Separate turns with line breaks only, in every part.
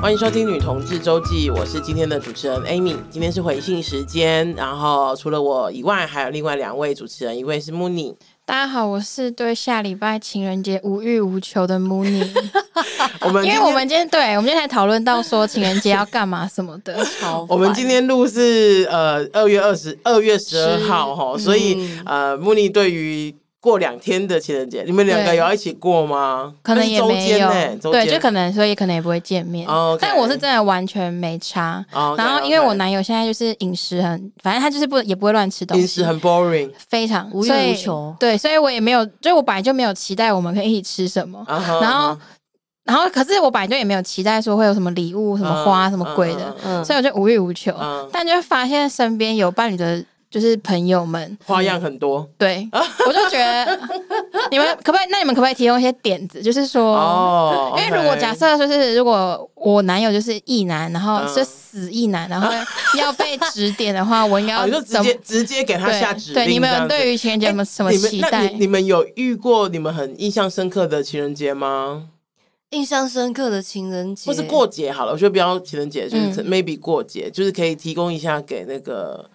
欢迎收听《女同志周记》，我是今天的主持人 Amy。今天是回信时间，然后除了我以外，还有另外两位主持人，一位是 Mooney，
大家好，我是对下礼拜情人节无欲无求的 Mooney，
我们
因
今
为
天
我们今天对我们今天才讨论到说情人节要干嘛什么 的，
好烦，
我们今天录是呃二月二十二月十二号
嗯
哈，所以、呃穆尼对于过两天的情人节，你们两个
对
有要一起过吗？
可能也
那是
没
周间
有，
呢周
对，
间哦
就可能所以可能也不会见面。
OK
但我是真的完全没差。
哦，OK，
然后因为我
OK
男友现在就是饮食很，反正他就是不也不会乱吃东西，
饮食很 boring
非常
无欲
所以
无求
对，所以我也没有，就我本来就没有期待我们可以一起吃什么。
啊哈，
然后然后可是我本来就也没有期待说会有什么礼物、什么花、
嗯
什么鬼的，
嗯
嗯，
所以我就无欲无求。
嗯
但就会发现身边有伴侣的，就是朋友们，
花样很多
对我就觉得你们可不可以？那你们可不可以提供一些点子？就是说，
哦，
嗯因为如果
OK
假设就是如果我男友就是异男，然后
嗯
是死异男，然后要被指点的话，我应该
哦，
要
你就直
怎么
接？直接给他下指
对
令，
对，你们
这
有
样子哎
对于情人节有没有什么
你们
期
那
待
你？你们有遇过你们很印象深刻的情人节吗？
印象深刻的情人节，
或是过节好了，我觉得不要情人节，就是
嗯
maybe 过节，就是可以提供一下给那个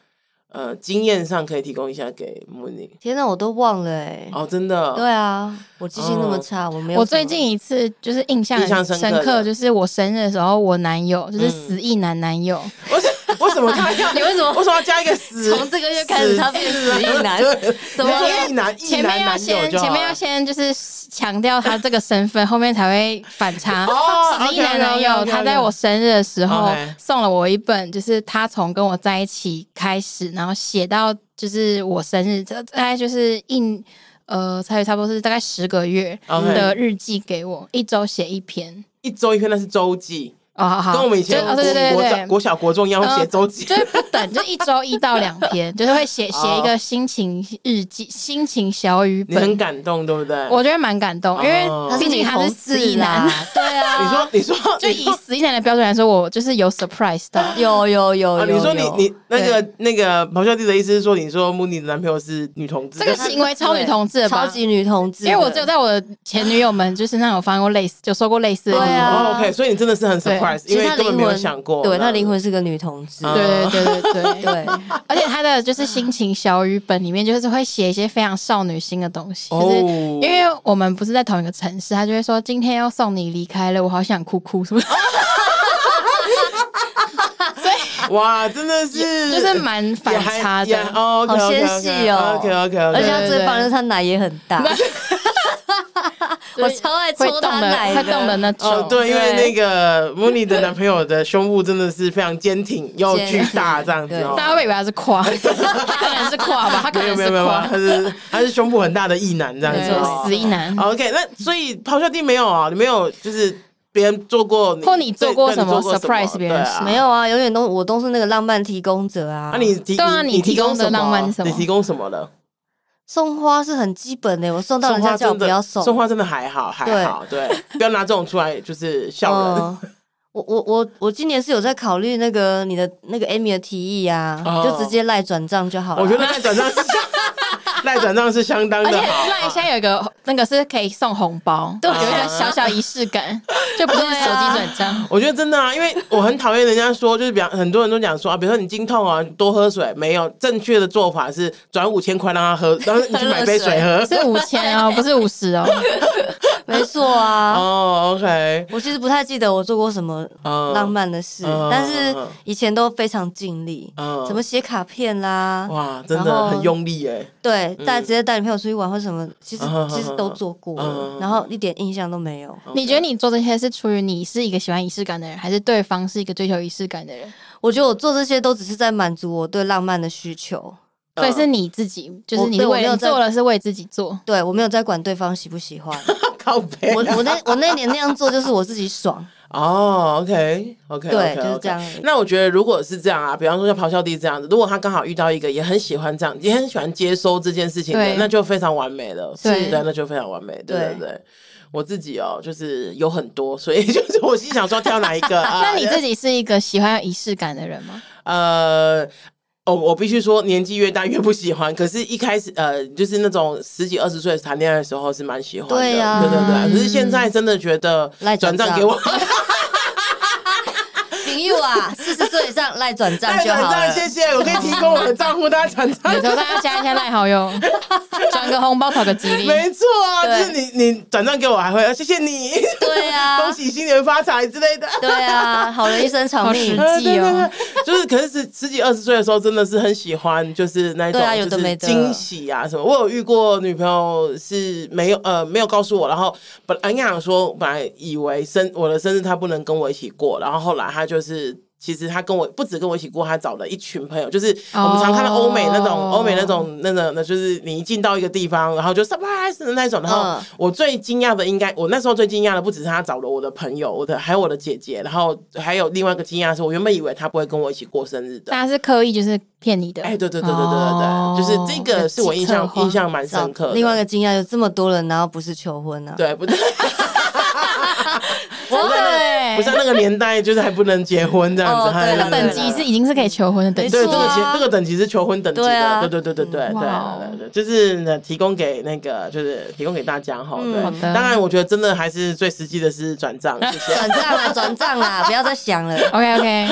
呃经验上可以提供一下给穆尼。
天哪，我都忘了哎、
哦，真的，
对啊，我记性那么差，我没有什么。
我最近一次就是印象
印象
很
深刻
深
的嗯
刻，就是我生日的时候，我男友就是死异男 男友，
为什为什么他要
你为什么
为什么要加一个死？
从这个月开始他变死意男
对，
怎么
因为一男一
前面
男
要
男友
先
就好
前
了
面要先就是强调他这个身份， 后面才会反差。
哦
十一
OK，OK，OK，OK，OK
男男友他在我生日的时候
OK
送了我一本，就是他从跟我在一起开始，然后写到就是我生日，这大概就是一呃，差差不多是大概十个月
OK
的日记给我，一周写一篇。
一周一篇，那是周记，
哦，好好，
跟我们以前
就哦对对对
国
对哦
国国小国中一样会写周记
就。是不等，就一周一到两篇， 就是会写写一
哦
个心情日记、心情小语
你很
本。
感动，对不对？
我觉得蛮感动，因为
哦
他是
毕竟他是死意 男
女同，
对啊。
你说，你说，
就
你
以
说
死意男的标准来说，我就是有 surprise 到，
有有有
啊，
有
你说你
有
你那个那个咆哮帝的意思是说，你说穆尼的男朋友是女同志，
这个
但是
行为超女同志的吧
超级女同志的，
因为我只有在我的前女友们就是那种发生过类似，就收过类似的
对啊
哦，OK，所以你真的是很
对
surprise，
其
因
实
为
他
根本
灵
没有
魂
想过，嗯
对，他灵
魂
魂是个女同志，
啊
对对对对 对
对，
而且他的就是心情小语本里面，就是会写一些非常少女心的东西，就是
哦
因为我们不是在同一个城市，他就会说今天要送你离开了，我好想哭哭什么的，
哦哇，真的是
就是蛮反差
也还也
的。
哦，
好纤细哦
，OK OK OK，
而且他最棒的是他奶也很大，我超爱
会
抽
动
他
的，
奶
会动的那
哦
种，，
对，因为那
对
个穆尼的男朋友的胸部真的是非常坚挺又巨大，
坚挺
这样子哦
对。
大家会以为他是胯，他可能是胯吧，他可
没有
能
哦没有
是
没有，
胯
他，是他是胸部很大的异男这样子
对，
哦。
死一男。
OK，那所以咆哮帝没有啊，你没有就是别人做过，
或你做过
对对
什么
你做过
surprise 别人
对啊
没有啊，永远都我都是那个浪漫提供者啊。
啊，你提
对啊
你
你
提
提供的
什么
浪漫是什么
你提供什么了？
送花是很基本的，我送到人家叫我
真
不要
的
送。
送花真的还好还好，对，不要拿这种出来就是笑人。
嗯我我我我今年是有在考虑那个你的那个 Amy 的提议啊，
哦
就直接赖转账就好了。
我觉得赖转账是 赖转账是相当
而且
的好，
赖现在有一个那个是可以送红包，
对
有一个小小仪式感，就不是手
对啊
机转 账。
我觉得真的啊，因为我很讨厌人家说，就是比方很多人都讲说啊，比如说你经痛啊，多喝水。没有正确的做法是转五千块让他喝，然后你去买杯水 喝。
是五 千哦，不是五十哦。
没错啊，
哦，OK，
我其实不太记得我做过什么
嗯
浪漫的事，
嗯
但
嗯
是
嗯
以前都非常尽力，
嗯
怎么写卡片啦，
哇，真
然
的
后
很用力哎、
对，带直接带女朋友出去玩或什么，其实
嗯嗯嗯
其实都做过
嗯嗯
了
嗯，
然后一点印象都没有。
你觉得你做这些是出于你是一个喜欢仪式感的人，还是对方是一个追求仪式感的人？
我觉得我做这些都只是在满足我对浪漫的需求，
呃
所以是你自己，就是你
对我
为
没有
你
在
做了是为自己做。
对我没有在管对方喜不喜欢。
靠背啊、
我我那我那年那样做就是我自己爽，
哦，OK，OK，OK，OK、o k o k
对就是这样
那我觉得如果是这样啊，比方说像咆哮帝这样子，如果他刚好遇到一个也很喜欢这样，也很喜欢接收这件事情的
对，
那就非常完美了。
对
对，那就非常完美。对对
对
对。我自己哦，就是有很多，所以 就是我心想说挑哪一个啊？
那你自己是一个喜欢有仪式感的人 吗？
呃，哦，我必须说，年纪越大越不喜欢。可是，一开始呃，就是那种十几二十岁谈恋爱的时候是蛮喜欢的，
对啊
对对对。可是现在真的觉得
赖
转
转
账
账
给我，
啊，四十岁以上赖转账
赖
就
转
好
账，
了。
谢谢，我可以提供我的账户，大家转账。
有时候大家加一下赖好友，转个红包讨个吉利。
没错啊，就
对
是你你转账给我，还会呃谢谢你，
对啊
恭，喜新年发财之类的。
对啊，好人一生长
好
命
实。
呃
记
对
哦
对对 就是可是十十几二十岁的时候，真的是很喜欢，就是那种
对啊有
就
的
是
没的
惊喜啊什么。我有遇过女朋友是没有呃没有告诉我，然后本来应该想说，本来以为生我的生日她不能跟我一起过，然后后来她就是。其实她跟我不止跟我一起过，她找了一群朋友，就是我们常看到欧美那种、
哦
欧美那种那种，那就是你一进到一个地方，然后就 surprise 的那种。然后
嗯
我最惊讶的应该，我那时候最惊讶的不只是他找了我的朋友，我的还有我的姐姐，然后还有另外一个惊讶的是，我原本以为他不会跟我一起过生日的。
大家是刻意就是骗你的。
哎，对对对对对对对，就是这个是我印象印象蛮深刻的。
另外一个惊讶，有这么多人，然后不是求婚呢、啊？
对，不对，
真的哎，
不像那个年代，就是还不能结婚这样子，
哦
还
对
那
了
等级是已经是可以求婚的等级
对，
没
这
错
个
啊
结这个等级是求婚等级
对
的，
啊
对对对对对对
哇哦
对对对，就是呢提供给那个就是提供给大家哈。对
好，的
当然我觉得真的还是最实际的是转账，谢谢。
转账啦，转 账啦，不要再想了。
OK OK，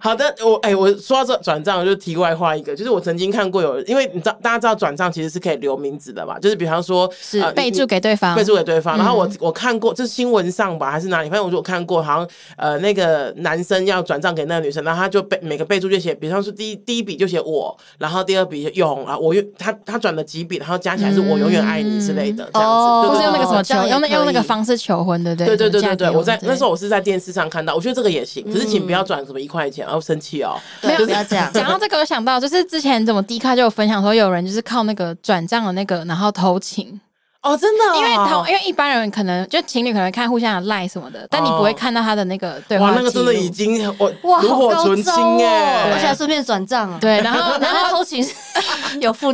好的，我哎、我说到转转账，我就题外话一个，就是我曾经看过有，因为你知道大家知道转账其实是可以留名字的嘛，就是比方说
是
呃
备注嗯给对方
备。注给对方。然后我、我看过，这是新闻上吧还是哪里？反正我就有看过，好像呃那个男生要转账给那个女生，然后他就备每个备注就写，比方说第一第一笔就写我，然后第二笔永啊，我永他他转了几笔，然后加起来是我永远爱你之类的、这样
哦
子，
不
对
嗯
对
是用
对
那个什么求
这，样也
用那
可以
用那个方式求婚，对不对？
对对对对对，
什么嫁给
我在那时候
对
我是在电视上看到，我觉得这个也行，可是请
嗯
不要转什么一块钱，然后生气哦。
对，不要 这样。
讲到这个，我想到就是之前怎么 D 卡就有分享说，有人就是靠那个转账的那个，然后偷情，
哦，真的
啊
哦、
因为同因为一般人可能就情侣可能看互相的赖什么的，但你不会看到他的那个对
哦
话
哇，
记录。
那个真的已经我
哇，
炉
好
火
高
纯青
招哦
哎、
而且还顺便转账啊。
对，然后然
然后
后
偷情 有付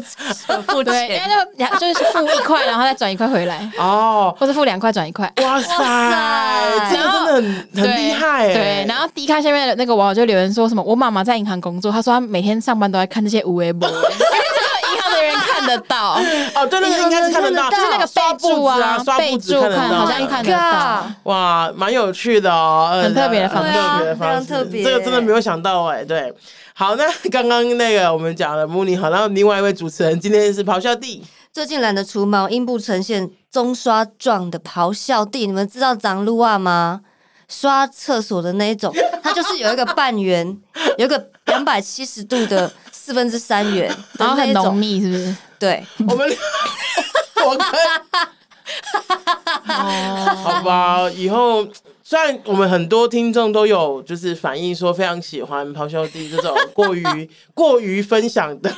有付
对，
钱，
人家就就是付一块，然后再转一块回来，
哦，
或是付两块转一块。
哇塞，
哇塞
这个真的很很厉害哎、
对对，然后 D 卡下面的那个网友就留言说什么：“我妈妈在银行工作，她说她每天上班都在看这些无 微博，因为只有银行的人看得到，
哦，对，那个应该是看得到，
就是那个
刷
备注
步子啊，刷
备
步子
注
看得
看
到，
好像看得到
God。
哇，蛮有趣的哦，呃
很特别的方式
很特别的
对啊
方式，
非常特别
这个真的没有想到哎、对，好，那刚刚那个我们讲了 Mooney，好，然后另外一位主持人今天是咆哮帝，
最近懒得除毛，阴部呈现棕刷状的咆哮帝，你们知道长露袜吗？刷厕所的那一种，它就是有一个半圆， 有一个两百七十度的四分之三圆，
然后
那
很
一种
浓密，是不是？
对，
我们我跟好吧，以后虽然我们很多听众都有就是反映说非常喜欢咆哮帝这种过于过于分享的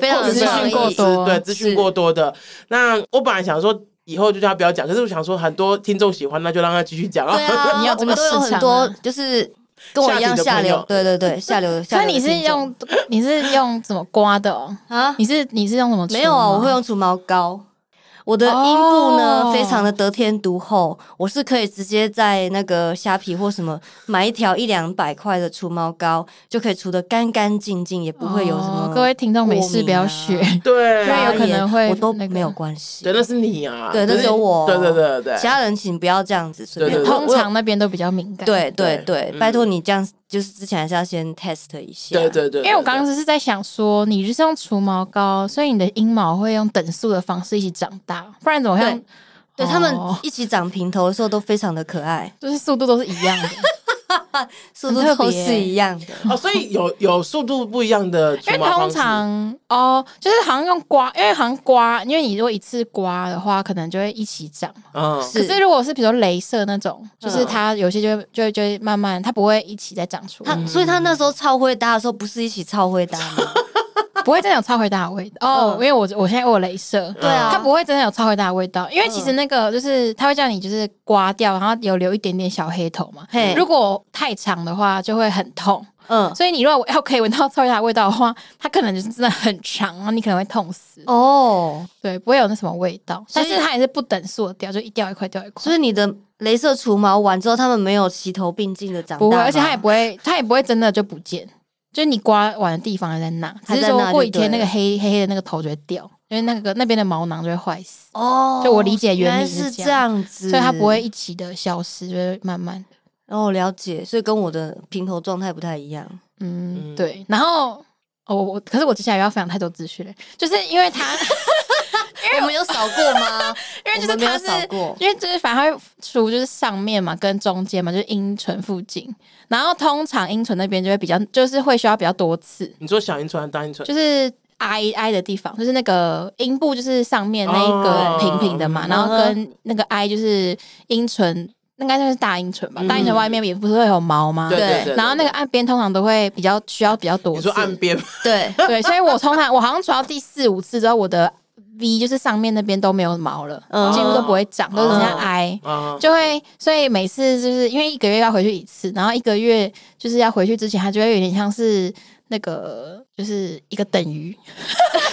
非常
过于
资
分享
讯过
的
多
对资讯
是
过多的。那我本来想说。以后就叫他不要讲，可是我想说很多听众喜欢，那就让他继续讲
对啊，
你要这个
我们都有
市场
很
啊
多就是跟我一样
下
下
体的朋友
流，对对对，下流的。
所
下
以
流
你
的
是
品种
用你是用怎么刮的哦？
啊？
你是你是用什么除吗？
没有啊，我会用除毛膏。我的阴部呢
哦
非常的得天独厚，我是可以直接在那个虾皮或什么买一条一两百块的除毛膏，就可以除得干干净净，也不会有什么过敏啊、
哦各位听众没事不要学，
对
因为有可能会
我都
那个
没有关系。
对，那是你啊，
对
可是
那只有我
对对对对
其他人请不要这样子随
对
便。
对
啊我
通常那边都比较敏感。。
对对
对
对
嗯，
拜托你这样，就是之前还是要先 test 一下。
对对对对，
因为我刚刚
对
只是在想说，你就是用除毛膏，所以你的阴毛会用等速的方式一起长大，不然怎么样
对？对他们
哦
一起长平头的时候都非常的可爱，
就是速度都是一样的，
速度
很特
都
别
是一样的。
哦，所以有有速度不一样的除
因为
毛
通
方式，
常哦，就是好像用刮，因为好像刮，因为你如果一次刮的话，可能就会一起长。
嗯，
可
是
是如果是比如说镭射那种，就是
嗯
它有些就会就会就会慢慢，它不会一起再长出来
他，所以他那时候超会搭的时候，不是一起超会搭 吗？
不会真的有超回大的味道。哦，
嗯
因为我我现在我有镭射，
对啊，
它不会真的有超回大的味道，因为其实那个就是它会叫你就是刮掉，然后有留一点点小黑头嘛。
嘿
如果太长的话就会很痛，
嗯
所以你如果要可以闻到超回大的味道的话，它可能就是真的很长，然后你可能会痛死。
哦，
对，不会有那什么味道，
所
但
以
是它也是不等速的掉，就一掉一块掉一块。
所以你的镭射除毛完之后，他们没有齐头并进的长大
不
吗，
会，而且它也不会，它也不会真的就不见，就是你刮完的地方还在那，只
还在那
是说过几
就对
天那个
了
黑黑黑的那个头就会掉，因为那个那边的毛囊就会坏死，
哦，
就我理解原理
来
是
是
这
这样子，
所以它不会一起的消失，就会慢慢。
哦，了解，所以跟我的平头状态不太一样。
嗯，
嗯
对。然后哦，我可是我接下来又要分享太多资讯了，就是因为 他，
我们有扫过吗？
因为就
我
是
们没
他
有
是
扫过，
因为就是反正它会除就是上面嘛跟中间嘛，就是阴唇附近，然后通常阴唇那边就会比较，就是会需要比较多次，
你说小阴唇还是大阴唇？
就是。挨挨的地方，就是那个阴部，就是上面那一
哦
个平平的嘛，
嗯
然后
嗯
跟那个挨就是阴唇，应该算是大阴唇吧。
嗯
大阴唇外面也不是会有毛吗？
对
对
对。
然后那个岸边通常都会比较需要比较多
你
次
说。岸边
对，
对，所以我通常我好像除到第四五次之后，我的 V 就是上面那边都没有毛了，
嗯
几乎都不会长，都是人家挨。
啊，
就会，所以每次就是因为一个月要回去一次，然后一个月就是要回去之前，它就会有点像是那个，就是一个等于，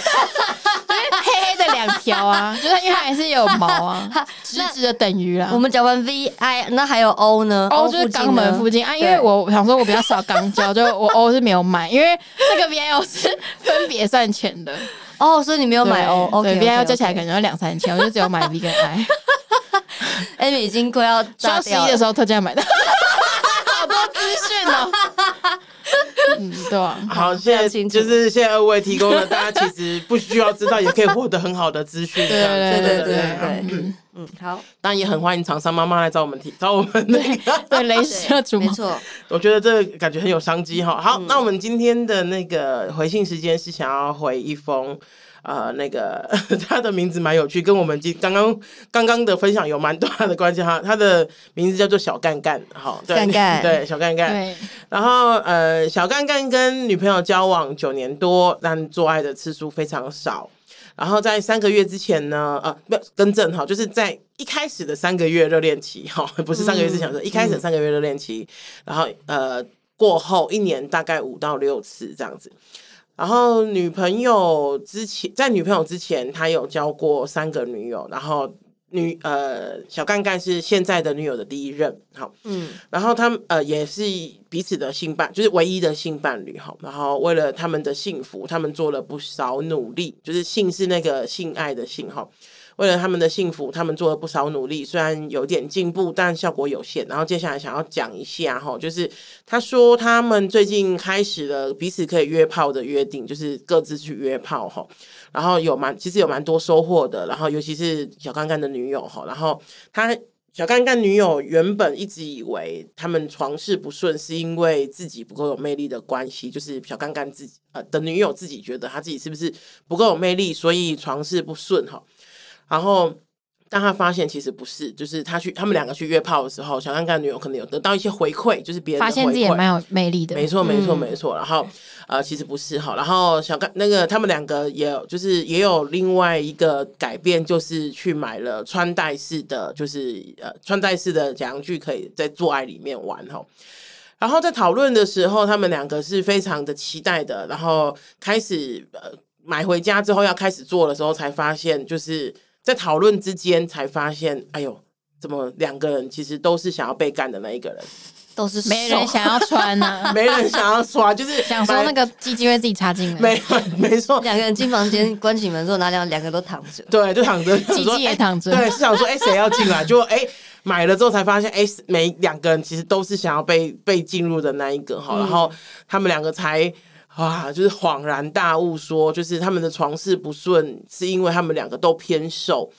就是黑黑的两条啊，就是因为它还是有毛 啊，直直的等于啦
我。们讲完 V I，那还有 O 呢
哦，就是
附近
肛门
呢
附近啊，因
对
为我想说，我比较少肛交，就我 O 是没有买，因为那个 V I O 是分别算钱的，
哦，所以你没有买 O，OK，
对 V I O 加起来可
能
能要两三千，我就只有买 V 跟 I。
Amy 已经快要炸
双十
掉
一的
了
时。候特价买的， 好多资讯哦。 嗯，对啊，
好，现在
要清楚
就是现在二位提供了大家其实不需要知道，也可以获得很好的资讯。这样
对
子
对对
对
对
对。
对，嗯，好，
当然也很欢迎厂商妈妈来找我们提找我们那 个，
对雷蛇主
没
毛，
错，
我觉得这个感觉很有商机哈。好，那我们今天的那个回信时间是想要回一封。呃，那个 他的名字蛮有趣，跟我们今刚刚刚刚的分享有蛮大的关系哈。他的名字叫做小干干，好，对
干干
对，小干干，
对，
然后呃，小干干跟女朋友交往九年多，但做爱的次数非常少。然后在三个月之前呢，呃，不更正哈，就是在一开始的三个月热恋期哈，不是三个月之前，说一开始的三个月热恋期，呃然后呃过后一年大概五到六次这样子。然后女朋友之前，在女朋友之前，他有交过三个女友，然后女呃小干干是现在的女友的第一任，好，
嗯，
然后他们呃也是彼此的性伴，就是唯一的性伴侣哈。然后为了他们的幸福，他们做了不少努力，就是性是那个性爱的性哈。为了他们的幸福，他们做了不少努力，虽然有点进步，但效果有限。然后接下来想要讲一下哈，就是他说他们最近开始了彼此可以约炮的约定，就是各自去约炮哈。然后有蛮其实有蛮多收获的，然后尤其是小刚刚的女友哈，然后他小干干女友原本一直以为他们床事不顺是因为自己不够有魅力的关系，就是小干干自己呃的女友自己觉得她自己是不是不够有魅力，所以床事不顺哈。然后当他发现其实不是，就是他去他们两个去约炮的时候，小干干女友可能有得到一些回馈，就是别人的
发现
回
自己也
馈
蛮有魅力的，
没错，没错，
嗯
没错。然后呃，其实不是哈。然后小干那个他们两个也有，就是也有另外一个改变，就是去买了穿戴式的，就是呃穿戴式的假阳具，可以在做爱里面玩哈。然后在讨论的时候，他们两个是非常的期待的。然后开始呃买回家之后要开始做的时候，才发现就是在讨论之间才发现，哎呦，怎么两个人其实都是想要被干的那一个人，
都是
没人
手
想要穿 呐，
没人想要刷，就是
想说
买
那个鸡鸡会自己插进 来，
没没错，
两个人进房间关起门之后，哪两两个都躺着。
对，就 躺着，
鸡
想说
鸡也
哎
躺着，
对，是想说哎，谁要进来？结果哎，买了之后才发现，哎，每两个人其实都是想要被被进入的那一个
嗯
哈，然后他们两个才。哇，啊就是恍然大悟说就是他们的床事不顺，是因为他们两个都偏瘦。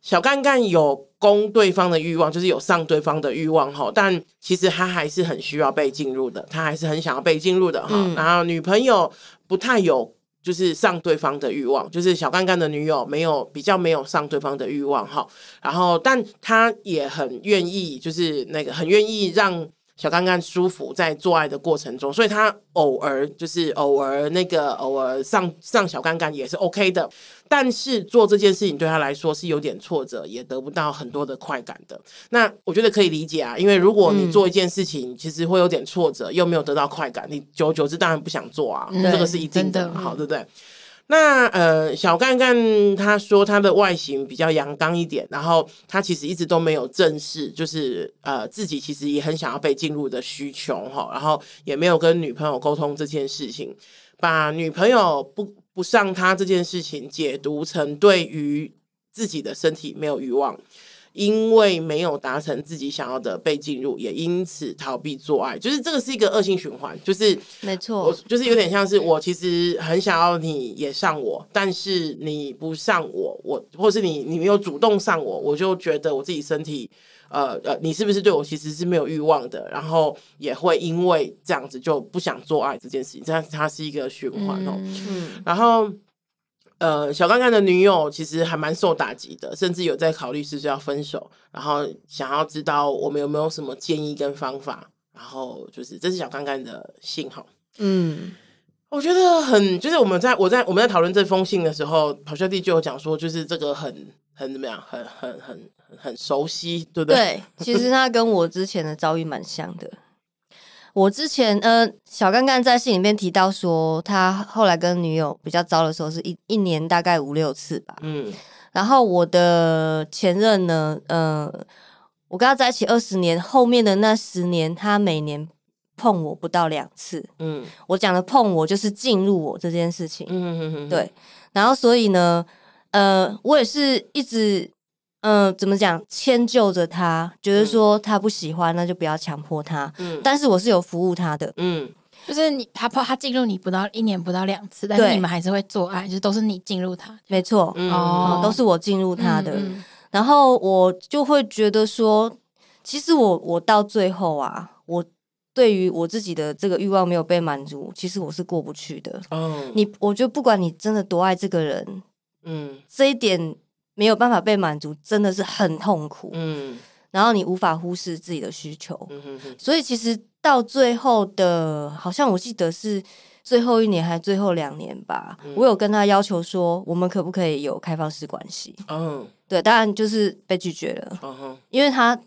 小干干有攻对方的欲望，就是有上对方的欲望哈，但其实他还是很需要被进入的，他还是很想要被进入的哈。
嗯
然后女朋友不太有。就是上对方的欲望，就是小干干的女友没有比较没有上对方的欲望哈，然后但他也很愿意，就是那个很愿意让小干干舒服在做爱的过程中，所以他偶尔就是偶尔那个偶尔上上小干干也是 OK 的，但是做这件事情对他来说是有点挫折，也得不到很多的快感的。那我觉得可以理解啊，因为如果你
嗯
做一件事情，其实会有点挫折，又没有得到快感，你久而久之当然不想做啊，
嗯
这个是一定的
真
嘛，
的嗯
好，对不对？那呃，小干干他说他的外形比较阳刚一点，然后他其实一直都没有正视，就是呃自己其实也很想要被进入的需求哈，然后也没有跟女朋友沟通这件事情，把女朋友不不上他这件事情解读成对于自己的身体没有欲望，因为没有达成自己想要的被进入，也因此逃避做爱，就是这个是一个恶性循环，就是
没
我
错，
就是有点像是我其实很想要你也上我，但是你不上我，我或是你你没有主动上我，我就觉得我自己身体，呃呃，你是不是对我其实是没有欲望的？然后也会因为这样子就不想做爱这件事情，这样它是一个循环哦。
嗯
嗯，
然后，呃，小刚刚的女友其实还蛮受打击的，甚至有在考虑是不是要分手，然后想要知道我们有没有什么建议跟方法。然后就是，这是小刚刚的信号。
嗯，
我觉得很，就是我们在我在我们在讨论这封信的时候，咆哮帝就有讲说，就是这个很很怎么样，很很很很很熟悉，对不对？
对，其实他跟我之前的遭遇蛮像的。我之前呃，小干干在信里面提到说，他后来跟女友比较糟的时候是一一年大概五六次吧。
嗯
然后我的前任呢，呃，我跟他在一起二十年，后面的那十年，他每年碰我不到两次。
嗯
我讲的碰我就是进入我这件事情。
嗯嗯嗯，
对，然后所以呢，呃，我也是一直，嗯、怎么讲，迁就着他，觉
嗯
得说他不喜欢，那就不要强迫他。
嗯
但是我是有服务他的，
嗯
就是你他怕他进入你不到一年不到两次，但是
对
你们还是会做爱，就是都是你进入他
没错，
嗯
哦
嗯都是我进入他的。
嗯嗯
然后我就会觉得说，其实我我到最后啊，我对于我自己的这个欲望没有被满足，其实我是过不去的。
哦
你，我觉得不管你真的多爱这个人，
嗯
这一点没有办法被满足，真的是很痛苦。
嗯
然后你无法忽视自己的需求。
嗯嗯嗯
所以其实到最后的，好像我记得是最后一年还最后两年吧，
嗯
我有跟他要求说，我们可不可以有开放式关系？
哦
对，当然就是被拒绝了，
哦哼
因为他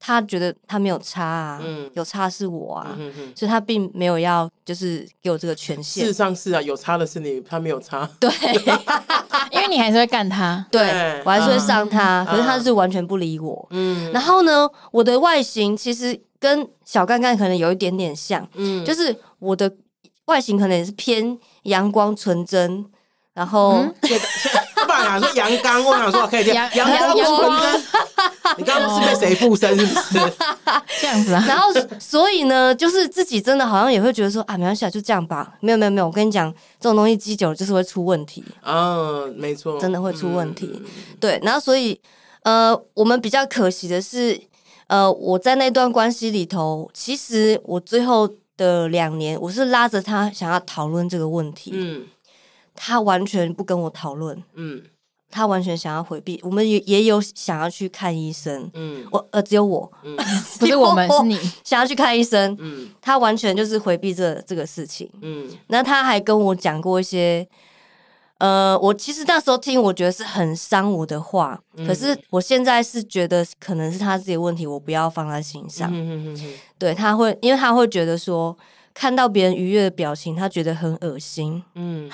他觉得他没有差啊，
嗯
有差是我啊，
嗯嗯嗯
所以他并没有要就是给我这个权
事实
限。
上是啊，有差的是你，他没有差。
对
因为你还是会干他，
对
对，
我还是会上他，
嗯
可是他是完全不理我。
嗯
然后呢，我的外形其实跟小干干可能有一点点像，
嗯
就是我的外形可能也是偏阳光纯真，然后、
嗯
我本来想说阳刚，我想说我可以这样，
阳
阳光啊
阳光
纯真。 你刚刚是被谁附身？是不是？
这样子 啊，
然后所以呢，就是自己真的好像也会觉得说啊，没关系，啊，就这样吧。没有没有没有，我跟你讲，这种东西积久了就是会出问题，
嗯，没错，
真的会出问题。
嗯
对，然后所以呃，我们比较可惜的是，呃，我在那段关系里头，其实我最后。的两年，我是拉着他想要讨论这个问题，
嗯
他完全不跟我讨论，
嗯
他完全想要回避。我们也也有想要去看医生，
嗯
我呃只有我
嗯
不是我们 是你，
想要去看医生，
嗯
他完全就是回避这这个事情。
嗯
那他还跟我讲过一些，呃，我其实那时候听我觉得是很伤我的话，
嗯
可是我现在是觉得可能是他自己的问题，我不要放在心上。
嗯嗯嗯
对他会，因为他会觉得说看到别人愉悦的表情，他觉得很恶心。
嗯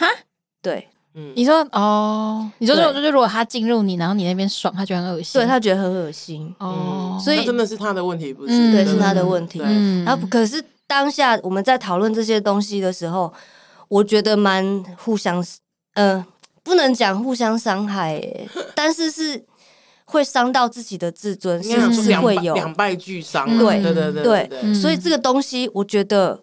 对，
嗯
你说哦，你说
对
就是如果他进入你，然后你那边爽，他觉得很恶心，
对他觉得很恶心。
哦，
所以
那真的是他的问题，不是？
嗯
对，
嗯
是他的问题。
对
嗯
然后啊可是当下我们在讨论这些东西的时候，我觉得蛮互相，呃，不能讲互相伤害、 欸，但是是会伤到自己的自尊，
应该讲
是
说
是
两败
会有。
两嗯败俱伤啊。
对嗯
对对对
对
对，
所以这个东西，我觉得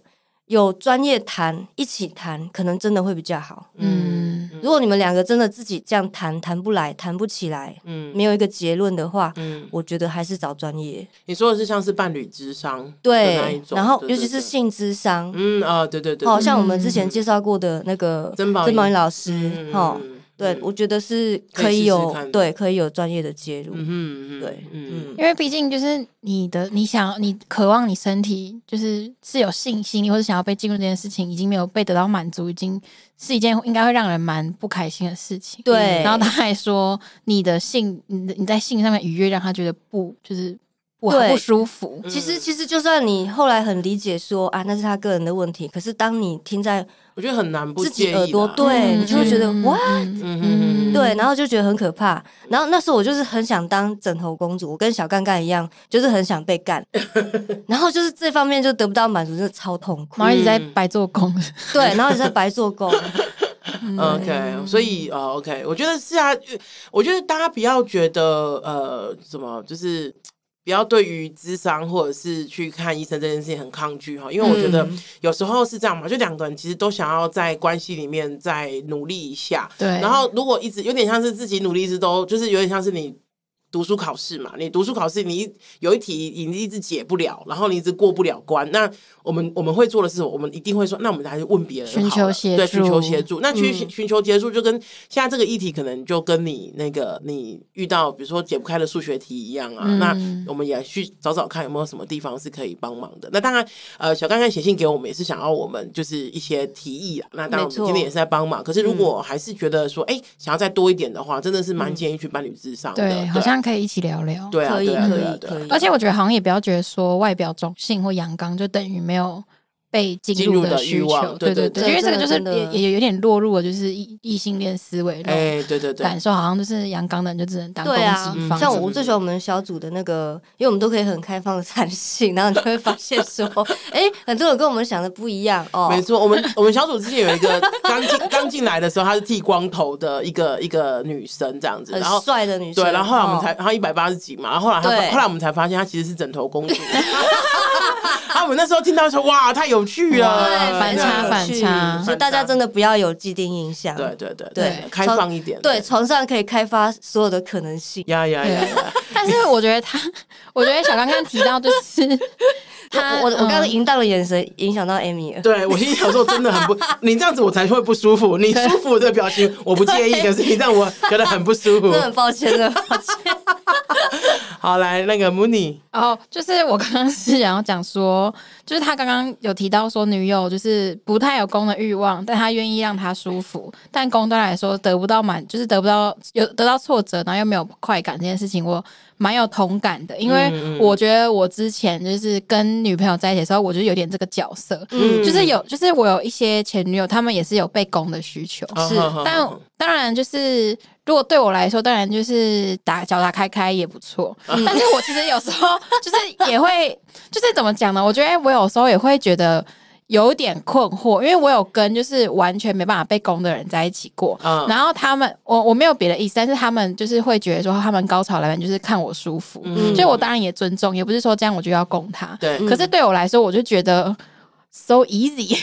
有专业谈，一起谈，可能真的会比较好。
嗯
如果你们两个真的自己这样谈，谈不来，谈不起来，
嗯
没有一个结论的话，
嗯，
我觉得还是找专业。
你说的是像是伴侣智商的那一
对，
种
然后
对对
尤其是
对
性智商，
嗯啊，对对对，
好、
对
像我们之前
嗯
介绍过的那个
曾宝仪
仪老师，哈、
嗯嗯
对、
嗯
我觉得是
可
可
以
以
试试
有
看
对，可以有专业的介入，
嗯哼嗯，
对，
嗯
嗯，
因为毕竟就是你的，你想你渴望你身体就是是有信心，或者想要被进入这件事情，已经没有被得到满足，已经是一件应该会让人蛮不开心的事情。
对
嗯然后他还说你的性，你的你在性上面愉悦，让他觉得不就是不好
对
不舒服。
嗯
其实其实就算你后来很理解说啊，那是他个人的问题，可是当你听在
我觉得很难不
自己
介意
耳朵
啦
对你就会觉得哇
嗯
嗯嗯嗯
对，然后就觉得很可怕。然后那时候我就是很想当枕头公主，我跟小干干一样，就是很想被 干，然后就是这方面就得不到满足，真的超痛苦
然。后一直在白做工，
对，然后你在白做工，
OK，所以呃，OK，我觉得是啊，我觉得大家不要觉得呃，什么就是不要对于智商或者是去看医生这件事情很抗拒哈，因为我觉得有时候是这样嘛，就两个人其实都想要在关系里面再努力一下，
对，
然后如果一直有点像是自己努力一直都，就是有点像是你。读书考试嘛，你读书考试，你一有一题你一直解不了，然后你一直过不了关。那我们我们会做的是什么，我们一定会说，那我们还是问别人好了，
寻求协
对，寻求
助嗯
协助。那去寻求协助，就跟现在这个议题，可能就跟你那个你遇到比如说解不开的数学题一样啊。
嗯
那我们也去找找看有没有什么地方是可以帮忙的。那当然，呃，小刚刚写信给我们也是想要我们就是一些提议啊。那当然，我们
没错
今天也是在帮忙。可是如
嗯
果还是觉得说，哎、想要再多一点的话，真的是蛮建议去伴侣智商的。啊
对，好像可以一起聊聊。
对啊，
可以
对啊，
可
对啊，
以
对啊
可以，
而且我觉得好像也不要觉得说外表中性或阳刚就等于没有被进
进入
入
的欲
需
望
求，
对对
对
对
因为这个就是
真的真的
也也有点落入了就是异异性恋思维那种
哎、对对对，
感受，好像就是阳刚的人就只能当攻
对啊
击
嗯
方。
像
什么
我最喜欢我们小组的那个，因为我们都可以很开放的谈性，然后你就会发现 说，哎、很多人跟我们想的不一样哦。
没错，我们 我们小组之前有一个刚进刚进来的时候，她是剃光头的一个一个女生这样子，
很
然后
帅的女生，
对，然后后来我们
哦
才，她一百八十几嘛，然后后来她
对
发后来我们才发现她其实是枕头公主。 啊，我们那时候听到说哇，太有趣
哦
了，
哇反差
对
反差
所以大家真的不要有既定印象。
对对对
对
开放一点，
对，床上可以开发所有的可能性。
呀呀呀 呀，
但是我觉得他，我觉得小刚刚提到就是 他，
我我刚刚
嗯
淫荡的眼神影响到 Amy 了。
对我心想说真的 很不，你这样子我才会不舒服，你舒服的表情我不介意，可是你让我觉得很不舒 服
真。的很抱 歉的，
好，来那个 Mooney，
哦，就是我刚刚是想要讲说，就是他刚刚有提到说女友就是不太有公的欲望，但他愿意让他舒服，但公对他来说得不到满，就是得不到有得到挫折，然后又没有快感这件事情，我蛮有同感的，因为
嗯嗯
我觉得我之前就是跟女朋友在一起的时候，我就有点这个角色，
嗯
就是有就是我有一些前女友，她们也是有被攻的需求，
啊
是
好好
但
好
当然就是，如果对我来说，当然就是打脚打开开也不错。
嗯
但是我其实有时候就是也会，就是怎么讲呢？我觉得我有时候也会觉得有点困惑，因为我有跟就是完全没办法被攻的人在一起过。
嗯
然后他们，我我没有别的意思，但是他们就是会觉得说，他们高潮来源就是看我舒服，
嗯
所以我当然也尊重，也不是说这样我就要攻他。
对，
可是对我来说，我就觉得 so easy，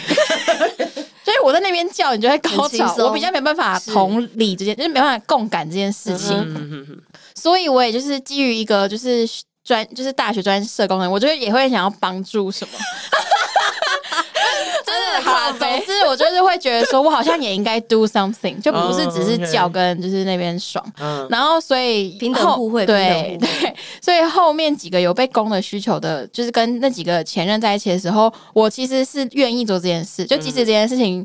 所以我在那边叫，你就会高
很轻
潮，
松
我比较没办法同理这件，就是没办法共感这件事
嗯
情，所以我也就是基于一个就是专就是大学专社工的人，我就也会想要帮助什么。就是好啦，总之我就是会觉得说，我好像也应该 do something，就不是只
哦，OK
是叫跟就是那边爽。
嗯
然后所以
平等
后
互惠
对
平等互惠
对，所以后面几个有被供的需求的，就是跟那几个前任在一起的时候，我其实是愿意做这件
嗯
事，就即使这件事情。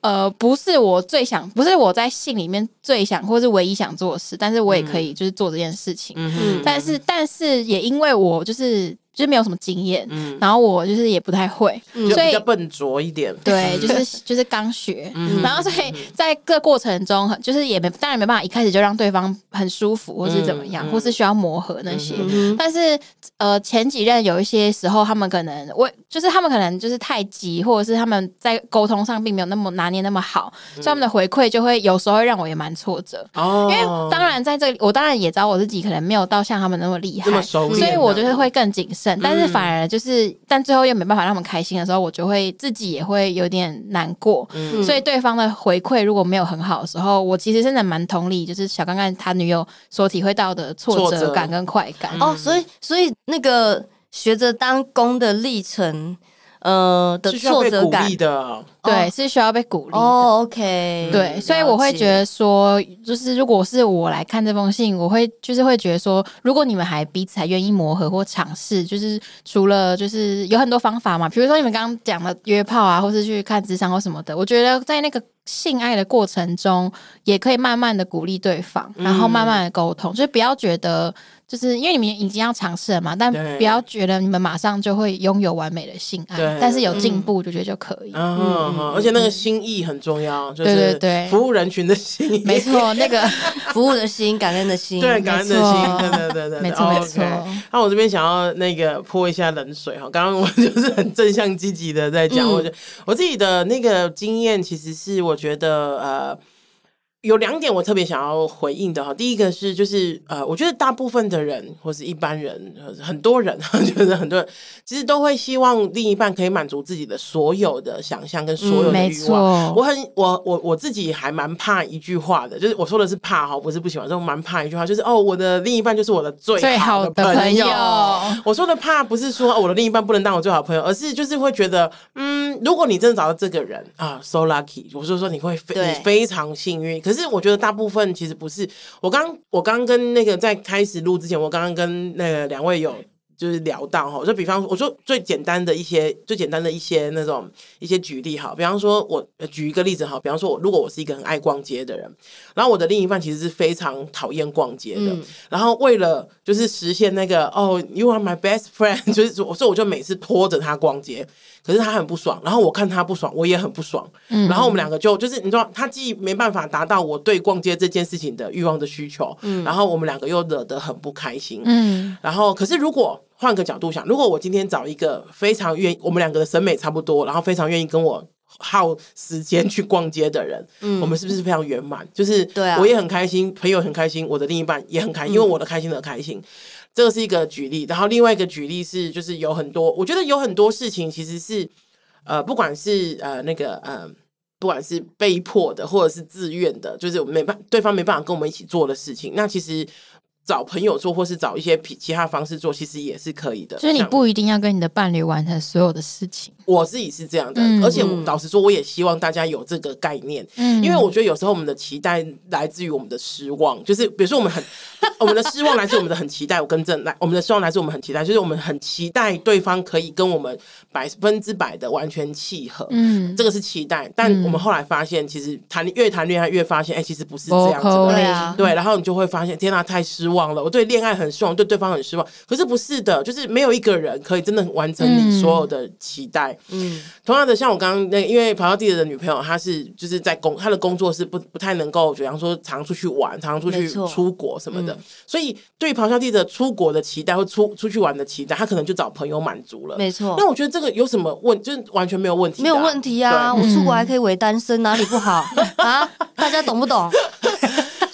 呃，不是我最想，不是我在信里面最想，或是唯一想做的事，但是
嗯
我也可以就是做这件事情。
嗯哼
但是，但是也因为我就是就是没有什么经验，
嗯，
然后我就是也不太会，
就
所以
比较笨拙一点，
对，就是就是刚学，
嗯
然后所以在这过程中，就是也没当然没办法一开始就让对方很舒服，或是怎么样，
嗯嗯
或是需要磨合那些。
嗯
嗯
但是呃，前几任有一些时候，他们可能我就是他们可能就是太急，或者是他们在沟通上并没有那么拿捏那么好，所以他们的回馈就会有时候会让我也蛮挫折。
哦
因为当然在这里，我当然也知道我自己可能没有到像他们那么厉害
这，么熟练，
所以我就是会更谨慎，但是反而就是，但最后又没办法让他们开心的时候，我就会自己也会有点难过。
嗯
所以对方的回馈如果没有很好的时候，我其实真的蛮同理，就是小刚刚他女友所体会到的挫折嗯感跟快感。
哦，所以所以那个学着当工的历程，呃的
是需要
挫
被
折
鼓
感
励，的，
对，是需要被鼓励的。
哦，OK，
嗯
对，所以我会觉
得，
得说，就是如果是我来看这封信，我会就是会觉得说，如果你们还彼此还愿意磨合或尝试，就是除了就是有很多方法嘛，比如说你们刚刚讲的约炮啊，或是去看智商或什么的，我觉得在那个性爱的过程中，也可以慢慢的鼓励对方，
嗯
然后慢慢的沟通，就是不要觉得。就是因为你们已经要尝试了嘛，但
对
不要觉得你们马上就会拥有完美的性爱
对，
但是有进
嗯
步，就觉得就可以。
嗯哈，而且那个心意很重要，就
对
是
对对
服务人群的心意，
没错，那个
服务的心，感恩的心，
对，感恩的
没
心，
错
对对对对，
没错没错
OK 那我这边想要那个泼一下冷水哈，刚刚我就是很正向积极的在讲，
嗯
我觉得我自己的那个经验其实是我觉得呃。有两点我特别想要回应的哈，第一个是就是呃，我觉得大部分的人或是一般人，呃很多人 就是很多人其实都会希望另一半可以满足自己的所有的想象跟所有的
嗯没
欲望。 我
错，
很我我我自己还蛮怕一句话的，就是我说的是怕哈，不是不喜欢，这种蛮怕一句话，就是哦，我的另一半就是我的最
最
好
好
的
的朋
友
友。，
我说的怕不是说哦我的另一半不能当我最好的朋友，而是就是会觉得，嗯，如果你真的找到这个人啊，so lucky，我就说你会非
对
你非常幸运。可是我觉得大部分其实不是。我刚我刚跟那个在开始录之前，我刚刚跟那个两位有就是聊到哈，就比方说我说最简单的一些最简单的一些那种一些举例哈，比方说我呃举一个例子哈，比方说我如果我是一个很爱逛街的人，然后我的另一半其实是非常讨厌逛街的，
嗯
然后为了就是实现那个哦，you are my best friend，就是 我所以我就每次拖着他逛街，可是他很不爽，然后我看他不爽，我也很不爽，
嗯
然后我们两个就就是你知道，他既没办法达到我对逛街这件事情的欲望的需求，然后我们两个又惹得很不开心，
嗯，
然后，可是如果换个角度想，如果我今天找一个非常愿意，我们两个的审美差不多，然后非常愿意跟我耗时间去逛街的人，
嗯
我们是不是非常圆满？就是
对啊
我也很开心，朋友很开心，我的另一半也很开心，因为我的开心而开心。这个是一个举例，然后另外一个举例是，就是有很多，我觉得有很多事情其实是，呃，不管是呃那个呃，不管是被迫的或者是自愿的，就是没办对方没办法跟我们一起做的事情，那其实找朋友做或是找一些其其他方式做，其实也是可以的。
就是你
像
不一定要跟你的伴侣完成所有的事情，
我自己是这样的，
嗯
而且我
嗯
老实说，我也希望大家有这个概念，
嗯，
因为我觉得有时候我们的期待来自于我们的失望，就是比如说我们很 我们的失望来自我们的很期待，我跟正来我们的失望来自我们很期待，就是我们很期待对方可以跟我们百分之百的完全契合。
嗯
这个是期待，但
嗯
我们后来发现，其实谈越谈恋爱越发现，哎、其实不是这样子的。
，vocal
对啊
对，然后你就会发现，天呐，太失望了！我对恋爱很失望，对对方很失望。可是不是的，就是没有一个人可以真的完成你
嗯
所有的期待。
嗯
同样的，像我刚刚那个，因为跑到地的女朋友，她是就是在工，她的工作是不不太能够，比方说常出去玩，常出去
没错
出国什么的，
嗯
所以对咆哮地的出国的期待或出出去玩的期待，她可能就找朋友满足了。
没错
那，我觉得这个有什么问，就是完全没有问题、
没有问。题啊，我
对
出国还可以伪单身，哪里 不好啊？大家懂不懂？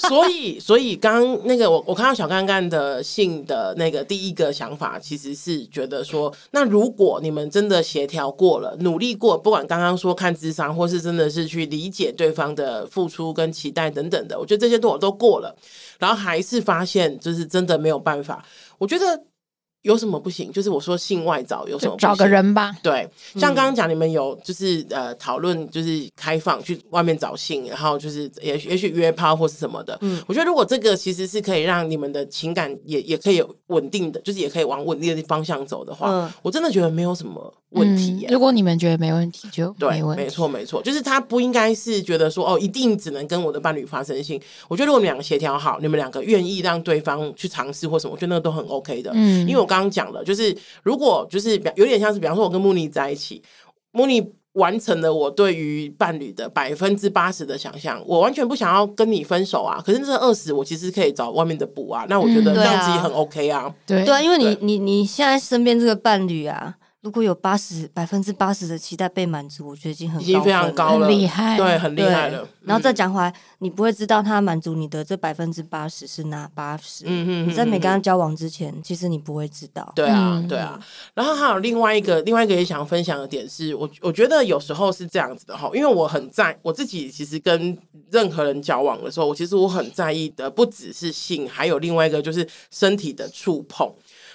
所以，所以刚刚那个我我看到小干干的信的那个第一个想法，其实是觉得说，那如果你们真的协调过了，努力过，不管刚刚说看智商，或是真的是去理解对方的付出跟期待等等的，我觉得这些都我都过了，然后还是发现就是真的没有办法，我觉得有什么不行？就是我说性外找有什么
就
不
找个
行
人吧，
对，像
嗯
刚刚讲，你们有就是呃讨论，就是开放去外面找性，然后就是也许也许约炮或是什么的。嗯
嗯，
我觉得如果这个其实是可以让你们的情感也也可以有稳定的，就是也可以往稳定的方向走的话，
嗯
我真的觉得没有什么问题耶。
嗯如果你们觉得没问题，就
对
没，问
没
题。
错，没错，就是他不应该是觉得说哦，一定只能跟我的伴侣发生性。我觉得如果你们两个协调好，你们两个愿意让对方去尝试或什么，我觉得那个都很 OK 的。
嗯
因为我刚刚讲了，就是如果就是比有点像是，比方说我跟慕尼在一起，慕尼完成了我对于伴侣的百分之八十的想象，我完全不想要跟你分手啊。可是这二十，我其实可以找外面的补啊。那我觉得这
嗯
对啊
样子也很 OK 啊。
对
对啊，因为你
对
你你现在身边这个伴侣啊，如果有八十百分之八十的期待被满足，我觉得已经很
已经非常
分了
高了，
很厉害
对，很厉
哎对，
害了。
然后再
嗯
讲回来，你不会知道他满足你的这百分之八十是哪八十。
嗯嗯嗯
你在没
嗯
跟他交往之前，其实你不会知道。
对啊，
嗯
对啊。然后还有另外一个，另外一个也想分享的点是，我我觉得有时候是这样子的哈，因为我很在我自己其实跟任何人交往的时候，我其实我很在意的不只是性，还有另外一个就是身体的触碰。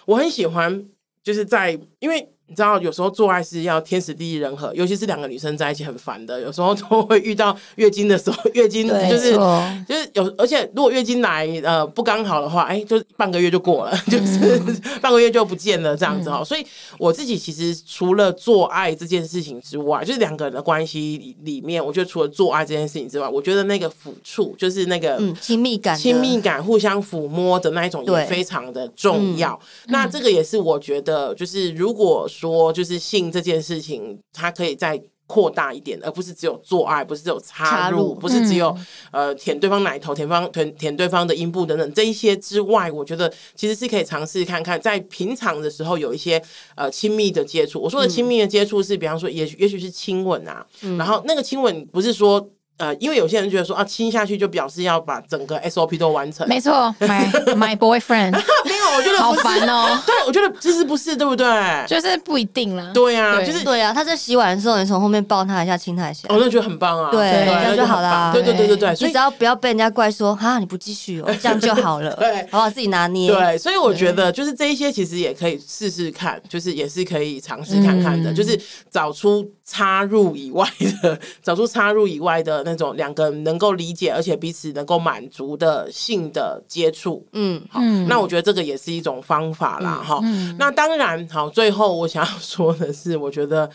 我很喜欢，就是在因为。你知道，有时候做爱是要天时地利人和，尤其是两个女生在一起很烦的。有时候都会遇到月经的时候，月经
对
就是呃
没错
就是有，而且如果月经来呃不刚好的话，哎、就半个月就过了， 就是、半个月就不见了这样子哈、所以我自己其实除了做爱这件事情之外，就是两个人的关系里里面，我觉得除了做爱这件事情之外，我觉得那个抚触，就是那个
嗯，亲密感的，
亲密感、互相抚摸的那一种也
对嗯
非常的重要。那这个也是我觉得，就是如果说就是性这件事情，它可以在扩大一点，而不是只有做爱，不是只有插
插
入，
入嗯
不是只有、呃舔对方奶头、舔方舔舔对方的阴部等等这一些之外，我觉得其实是可以尝试看看，在平常的时候有一些呃亲密的接触。我说的亲密的接触是，比方说也许也许是亲吻啊，
嗯
然后那个亲吻不是说。呃，因为有些人觉得说啊，亲下去就表示要把整个 SOP 都完成，
没错，my my boyfriend，
没有，我觉得
好
不是。
烦哦，
对，我觉得其实不是，对不对？
就是不一定啦。
对啊，
对
就是
对啊，他在洗碗的时候，你从后面抱他一下，亲他一下，
我那觉得很棒啊，
这
对
样
那
就
好
很
啦
棒对对对对啊对，所
你
以
只要不要被人家怪说哈你不继续哦，这样就好了，
对
好不好？自己拿捏。
对，所以我觉得就是这一些其实也可以试试看，就是也是可以尝试看看的，
嗯
就是找出插入以外的， 找出插入以外的那种两个人能够理解而且彼此能够满足的性的接触。
嗯，
好，
嗯
那我觉得这个也是一种方法啦，哈、那当然，好，最后我想要说的是，我觉得，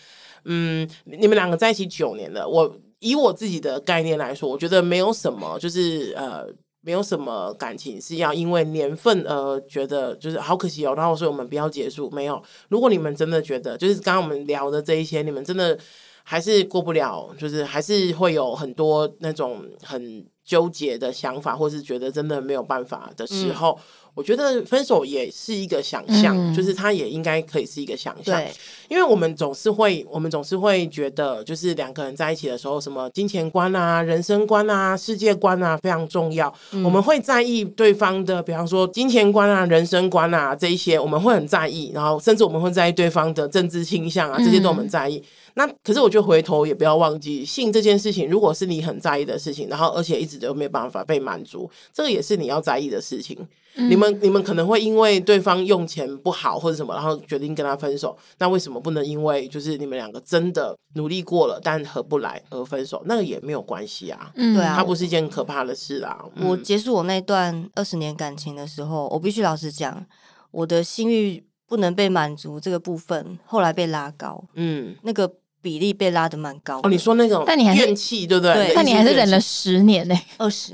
嗯，你们两个在一起九年了，我以我自己的概念来说，我觉得没有什么，就是呃。没有什么感情是要因为年份而觉得就是好可惜哦，然后所以我们不要结束。没有，如果你们真的觉得就是刚刚我们聊的这一些，你们真的还是过不了，就是还是会有很多那种很纠结的想法，或是觉得真的没有办法的时候，我觉得分手也是一个想象，
嗯
就是它也应该可以是一个想象。
对，
因为我们总是会，我们总是会觉得，就是两个人在一起的时候，什么金钱观啊、人生观啊、世界观啊非常重要。我们会在意对方的，比方说金钱观啊、人生观啊这一些，我们会很在意，然后甚至我们会在意对方的政治倾向啊，这些都我们在意。那可是我觉得回头也不要忘记性这件事情，如果是你很在意的事情，然后而且一直都没有办法被满足，这个也是你要在意的事情。你们你们可能会因为对方用钱不好或者什么，然后决定跟他分手。那为什么不能因为就是你们两个真的努力过了，但合不来而分手？那个也没有关系啊，
嗯
对啊
它不是一件可怕的事啊。嗯
我结束我那段二十年感情的时候，我必须老实讲，我的性欲不能被满足这个部分，后来被拉高，
嗯，
那个比例被拉的蛮高的。
哦，你说那种，
但你还是
怨气，对不对？
对
你的
但你还是
怨
忍
气
了十年呢、
二 十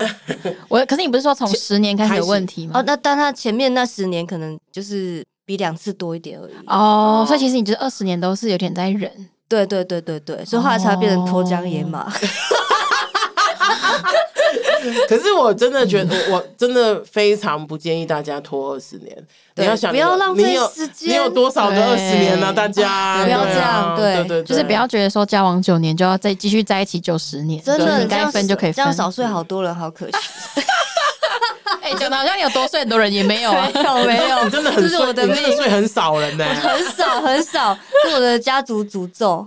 我可是你不是说从十年开始有问题
哦，
吗？
那但他前面那十年可能就是比两次多一点而已。
哦，所以其实你就是二十年都是有点在忍，
对对对对对，所以后来才会变成脱缰野马。
哦可是我真的觉得，我我真的非常不建议大家拖二十年。你
对
要想你有，
不要浪费
你有
时间
你有多少个
对
二十年呢、大家
不要
对啊
这样
对对，
对
就是不要觉得说交往九年就要再继续在一起九十年，
真
就是
的，
你
这
该
样
分就可以
这
分嗯
样。少睡好多人，好可惜。
哎，讲的好像你有多睡很多人也没 有啊，
有没有
你真的
这
很
是我
睡，
的
你
命
真的睡很少人呢、
很少很少，是我的家族诅咒。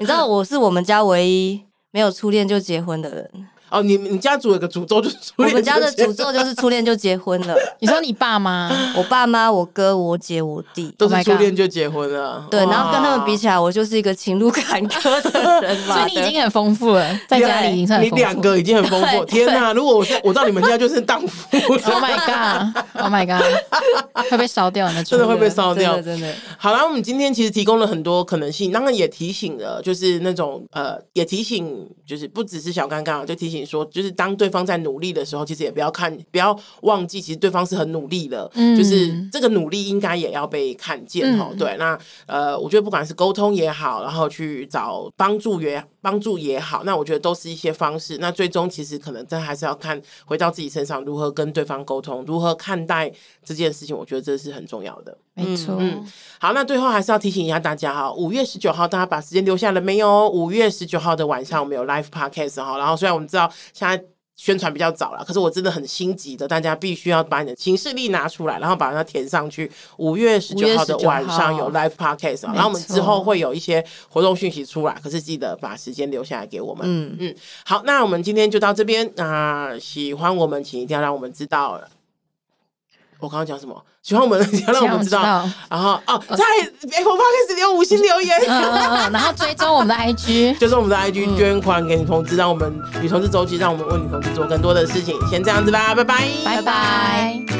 你知道我是我们家唯一没有初恋就结婚的人，
哦，你你家族有个诅咒，就是初
我
恋
们家的
这件
诅咒就是初恋就结婚了。
你说你爸妈，
我爸妈、我哥、我姐、我弟，
都
Oh
是
my
初
God
恋就结婚了。
对，然后跟他们比
起
起来，我就是一个情路坎坷的人嘛。
所以你已经很丰富了， 在家里已经算
你
很丰富
两个已经很丰富。
对
天哪！如果我是我到你们家就是荡妇了，
Oh my god！Oh my god！会被烧掉呢？
真的会被烧
真
掉
的。真的，
好啦，我们今天其实提供了很多可能性，当然也提醒了，就是那种呃，也提醒，就是不只是小刚刚，就提醒说，就是当对方在努力的时候，其实也不要看，不要忘记，其实对方是很努力的，
嗯
就是这个努力应该也要被看见哈、
嗯
对，那呃，我觉得不管是沟通也好，然后去找帮助也帮助也好，那我觉得都是一些方式。那最终其实可能真的还是要看回到自己身上，如何跟对方沟通，如何看待这件事情，我觉得这是很重要的。
没错，
嗯，好，那最后还是要提醒一下大家哈，五月十九号大家把时间留下了没有？五月十九号的晚上我们有 live podcast 哈，然后虽然我们知道现在。宣传比较早了，可是我真的很心急的，大家必须要把你的行事历拿出来，然后把它填上去。五月十九号的晚上有 live podcast，啊然后我们之后会有一些活动讯息出来，可是记得把时间留下来给我们。
嗯
嗯，好，那我们今天就到这边。那、喜欢我们，请一定要让我们知道。我刚刚讲什么？喜欢我们，请让我们知道。
让我们知
然后哦，在 Apple Podcast 留五星留言。
嗯嗯嗯，然后追踪我们的 IG，
就是我们的 IG 捐款给女同志，让我们女同志周期，让我们为女同志做更多的事情。先这样子啦，拜拜，
拜拜。